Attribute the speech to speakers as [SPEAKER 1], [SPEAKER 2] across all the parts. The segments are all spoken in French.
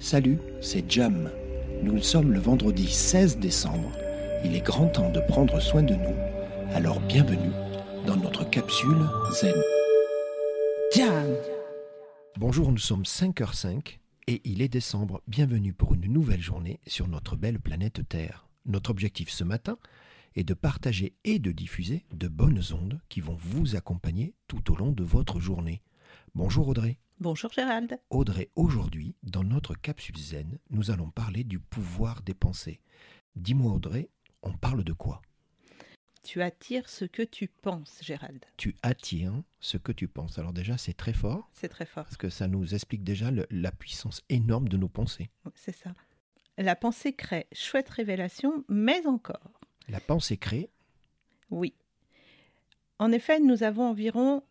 [SPEAKER 1] Salut, c'est Jam. Nous sommes le vendredi 16 décembre. Il est grand temps de prendre soin de nous. Alors bienvenue dans notre capsule Zen.
[SPEAKER 2] Jam.
[SPEAKER 1] Bonjour, nous sommes 5h05 et il est décembre. Bienvenue pour une nouvelle journée sur notre belle planète Terre. Notre objectif ce matin est de partager et de diffuser de bonnes ondes qui vont vous accompagner tout au long de votre journée. Bonjour Audrey.
[SPEAKER 2] Bonjour Gérald.
[SPEAKER 1] Audrey, aujourd'hui, dans notre capsule zen, nous allons parler du pouvoir des pensées. Dis-moi Audrey, on parle de quoi
[SPEAKER 2] Tu attires ce que tu penses, Gérald.
[SPEAKER 1] Tu attires ce que tu penses. Alors déjà, c'est très fort,
[SPEAKER 2] C'est très fort.
[SPEAKER 1] parce que ça nous explique déjà le- la puissance énorme de nos pensées.
[SPEAKER 2] Ouais, C'est ça. La pensée crée. Chouette révélation, mais encore.
[SPEAKER 1] La pensée crée,
[SPEAKER 2] Oui. En effet, nous avons environ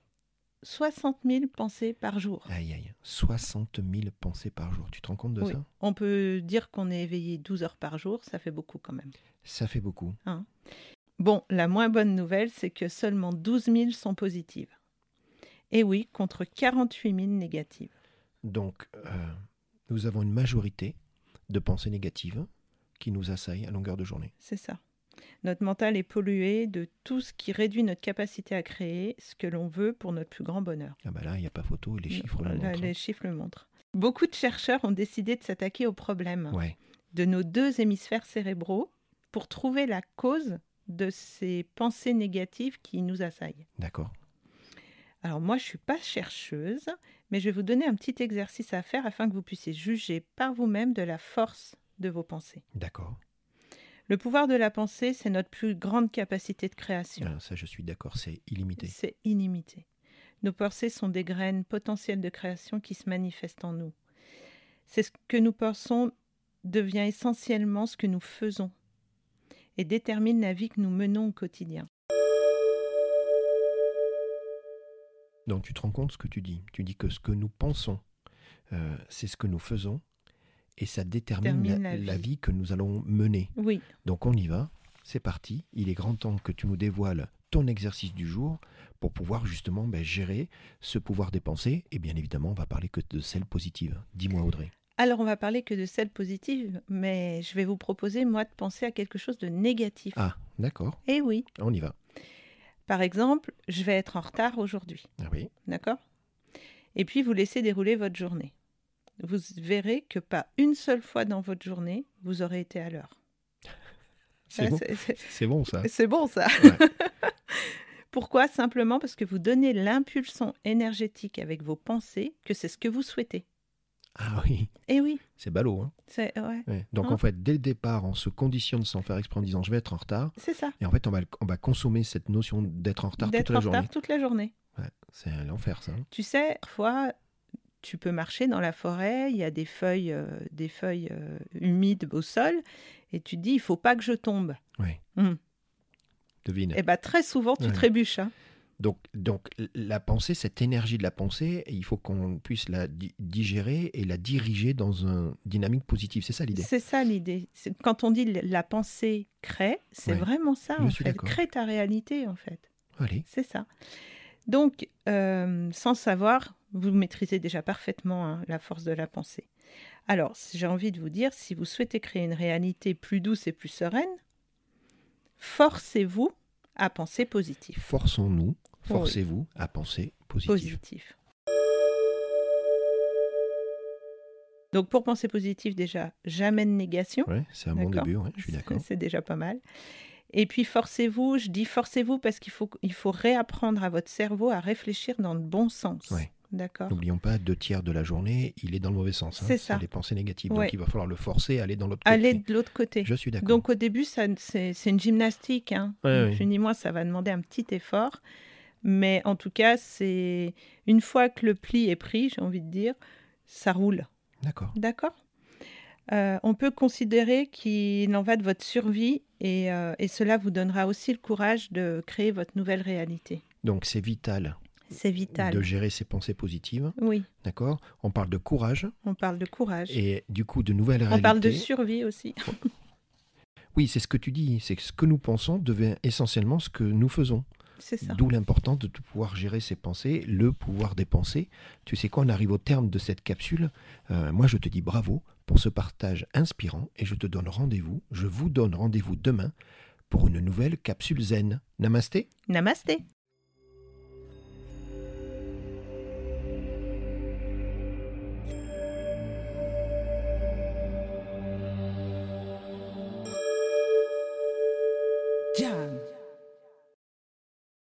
[SPEAKER 2] 60 000 pensées par jour.
[SPEAKER 1] aïe aïe, 60 000 pensées par jour. Tu te rends compte de
[SPEAKER 2] Oui.
[SPEAKER 1] ça
[SPEAKER 2] On peut dire qu'on est éveillé 12 heures par jour, ça fait beaucoup quand même.
[SPEAKER 1] Ça fait beaucoup.
[SPEAKER 2] Bon, la moins bonne nouvelle, c'est que seulement 12 000 sont positives. Et oui, contre 48 000 négatives.
[SPEAKER 1] Donc, euh, nous avons une majorité de pensées négatives qui nous assaillent à longueur de journée.
[SPEAKER 2] C'est ça. Notre mental est pollué de tout ce qui réduit notre capacité à créer ce que l'on veut pour notre plus grand bonheur.
[SPEAKER 1] Ah bah là, il n'y a pas photo et les chiffres le
[SPEAKER 2] Là,
[SPEAKER 1] montrent. hein.
[SPEAKER 2] les chiffres le montrent. Beaucoup de chercheurs ont décidé de s'attaquer au problème
[SPEAKER 1] Ouais,
[SPEAKER 2] de nos deux hémisphères cérébraux pour trouver la cause de ces pensées négatives qui nous assaillent.
[SPEAKER 1] d'accord.
[SPEAKER 2] Alors moi, je suis pas chercheuse, mais je vais vous donner un petit exercice à faire afin que vous puissiez juger par vous-même de la force de vos pensées.
[SPEAKER 1] D'accord.
[SPEAKER 2] Le pouvoir de la pensée, c'est notre plus grande capacité de création.
[SPEAKER 1] Ah, ça, je suis d'accord, c'est illimité.
[SPEAKER 2] C'est illimité. Nos pensées sont des graines potentielles de création qui se manifestent en nous. C'est ce que nous pensons devient essentiellement ce que nous faisons et détermine la vie que nous menons au quotidien.
[SPEAKER 1] Donc, tu te rends compte ce que tu dis. Tu dis que ce que nous pensons, euh, c'est ce que nous faisons et ça détermine,
[SPEAKER 2] Détermine
[SPEAKER 1] la,
[SPEAKER 2] la
[SPEAKER 1] la
[SPEAKER 2] vie.
[SPEAKER 1] vie que nous allons mener.
[SPEAKER 2] Oui,
[SPEAKER 1] Donc, on y va. C'est parti. Il est grand temps que tu nous dévoiles ton exercice du jour pour pouvoir justement ben, gérer ce pouvoir des pensées. Et bien évidemment, on va parler que de celles positives. Dis-moi, Audrey.
[SPEAKER 2] alors on va parler que de celles positives, mais je vais vous proposer, moi, de penser à quelque chose de négatif.
[SPEAKER 1] Ah, d'accord.
[SPEAKER 2] Eh oui,
[SPEAKER 1] On y va.
[SPEAKER 2] par exemple, je vais être en retard aujourd'hui.
[SPEAKER 1] Ah oui.
[SPEAKER 2] D'accord Et puis vous laissez dérouler votre journée. Vous verrez que pas une seule fois dans votre journée, vous aurez été à l'heure.
[SPEAKER 1] C'est
[SPEAKER 2] Ça,
[SPEAKER 1] bon.
[SPEAKER 2] c'est- c'est-
[SPEAKER 1] C'est bon, ça.
[SPEAKER 2] c'est bon ça.
[SPEAKER 1] Ouais.
[SPEAKER 2] Pourquoi Simplement parce que vous donnez l'impulsion énergétique avec vos pensées que c'est ce que vous souhaitez.
[SPEAKER 1] Ah oui.
[SPEAKER 2] Eh oui,
[SPEAKER 1] C'est ballot, hein.
[SPEAKER 2] c'est ouais,
[SPEAKER 1] Ouais. Donc
[SPEAKER 2] Hein
[SPEAKER 1] en fait, dès le départ, on se conditionne sans faire exprès en disant je vais être en retard.
[SPEAKER 2] c'est ça.
[SPEAKER 1] Et en fait, on va, on va consommer cette notion d'être en retard toute
[SPEAKER 2] D'être
[SPEAKER 1] la
[SPEAKER 2] en
[SPEAKER 1] journée.
[SPEAKER 2] retard toute la journée.
[SPEAKER 1] Ouais, c'est l'enfer, ça. hein,
[SPEAKER 2] Tu sais, parfois, tu peux marcher dans la forêt, il y a des feuilles, euh, des feuilles euh, humides au sol, et tu te dis, il faut pas que je tombe.
[SPEAKER 1] Devine.
[SPEAKER 2] Eh ben, très souvent, tu
[SPEAKER 1] Ouais.
[SPEAKER 2] trébuches. hein.
[SPEAKER 1] Donc, donc la pensée, cette énergie de la pensée, il faut qu'on puisse la di- digérer et la diriger dans une dynamique positive. C'est ça l'idée.
[SPEAKER 2] C'est ça l'idée. C'est- Quand on dit l- la pensée crée, c'est
[SPEAKER 1] Ouais.
[SPEAKER 2] vraiment ça.
[SPEAKER 1] Je
[SPEAKER 2] en
[SPEAKER 1] suis
[SPEAKER 2] fait.
[SPEAKER 1] d'accord.
[SPEAKER 2] Crée ta réalité, en fait.
[SPEAKER 1] Allez,
[SPEAKER 2] C'est ça. Donc, euh, sans savoir, vous maîtrisez déjà parfaitement hein, la force de la pensée. Alors, si- j'ai envie de vous dire, si vous souhaitez créer une réalité plus douce et plus sereine, forcez-vous à penser positif.
[SPEAKER 1] forçons-nous, forcez-vous à penser positif.
[SPEAKER 2] positif. Donc pour penser positif déjà, jamais de négation.
[SPEAKER 1] Ouais, c'est un bon
[SPEAKER 2] D'accord.
[SPEAKER 1] début, ouais, je suis d'accord.
[SPEAKER 2] C'est déjà pas mal. Et puis forcez-vous, je dis forcez-vous parce qu'il faut, il faut réapprendre à votre cerveau à réfléchir dans le bon sens.
[SPEAKER 1] Ouais.
[SPEAKER 2] D'accord
[SPEAKER 1] N'oublions pas, deux tiers de la journée, il est dans le mauvais sens. hein.
[SPEAKER 2] C'est ça.
[SPEAKER 1] les pensées négatives.
[SPEAKER 2] Ouais.
[SPEAKER 1] Donc il va falloir le forcer à aller dans l'autre
[SPEAKER 2] Aller
[SPEAKER 1] côté.
[SPEAKER 2] de l'autre côté.
[SPEAKER 1] Je suis d'accord.
[SPEAKER 2] Donc au début, ça, c'est, c'est une gymnastique. Hein.
[SPEAKER 1] Ouais,
[SPEAKER 2] Ni
[SPEAKER 1] ouais.
[SPEAKER 2] plus ni moins, ça va demander un petit effort. Mais en tout cas, c'est une fois que le pli est pris, j'ai envie de dire, ça roule.
[SPEAKER 1] D'accord.
[SPEAKER 2] D'accord. Euh, on peut considérer qu'il en va de votre survie et, euh, et cela vous donnera aussi le courage de créer votre nouvelle réalité.
[SPEAKER 1] Donc c'est vital,
[SPEAKER 2] C'est vital.
[SPEAKER 1] de gérer ses pensées positives,
[SPEAKER 2] Oui,
[SPEAKER 1] d'accord On parle de courage
[SPEAKER 2] on parle de courage.
[SPEAKER 1] et du coup de nouvelles
[SPEAKER 2] on
[SPEAKER 1] réalités.
[SPEAKER 2] parle de survie aussi.
[SPEAKER 1] Oui, c'est ce que tu dis, c'est que ce que nous pensons devient essentiellement ce que nous faisons.
[SPEAKER 2] C'est ça.
[SPEAKER 1] D'où l'importance de pouvoir gérer ses pensées, le pouvoir des pensées. Tu sais quoi, on arrive au terme de cette capsule. Euh, moi, je te dis bravo pour ce partage inspirant et je te donne rendez-vous, je vous donne rendez-vous demain pour une nouvelle capsule zen. Namasté
[SPEAKER 2] Namasté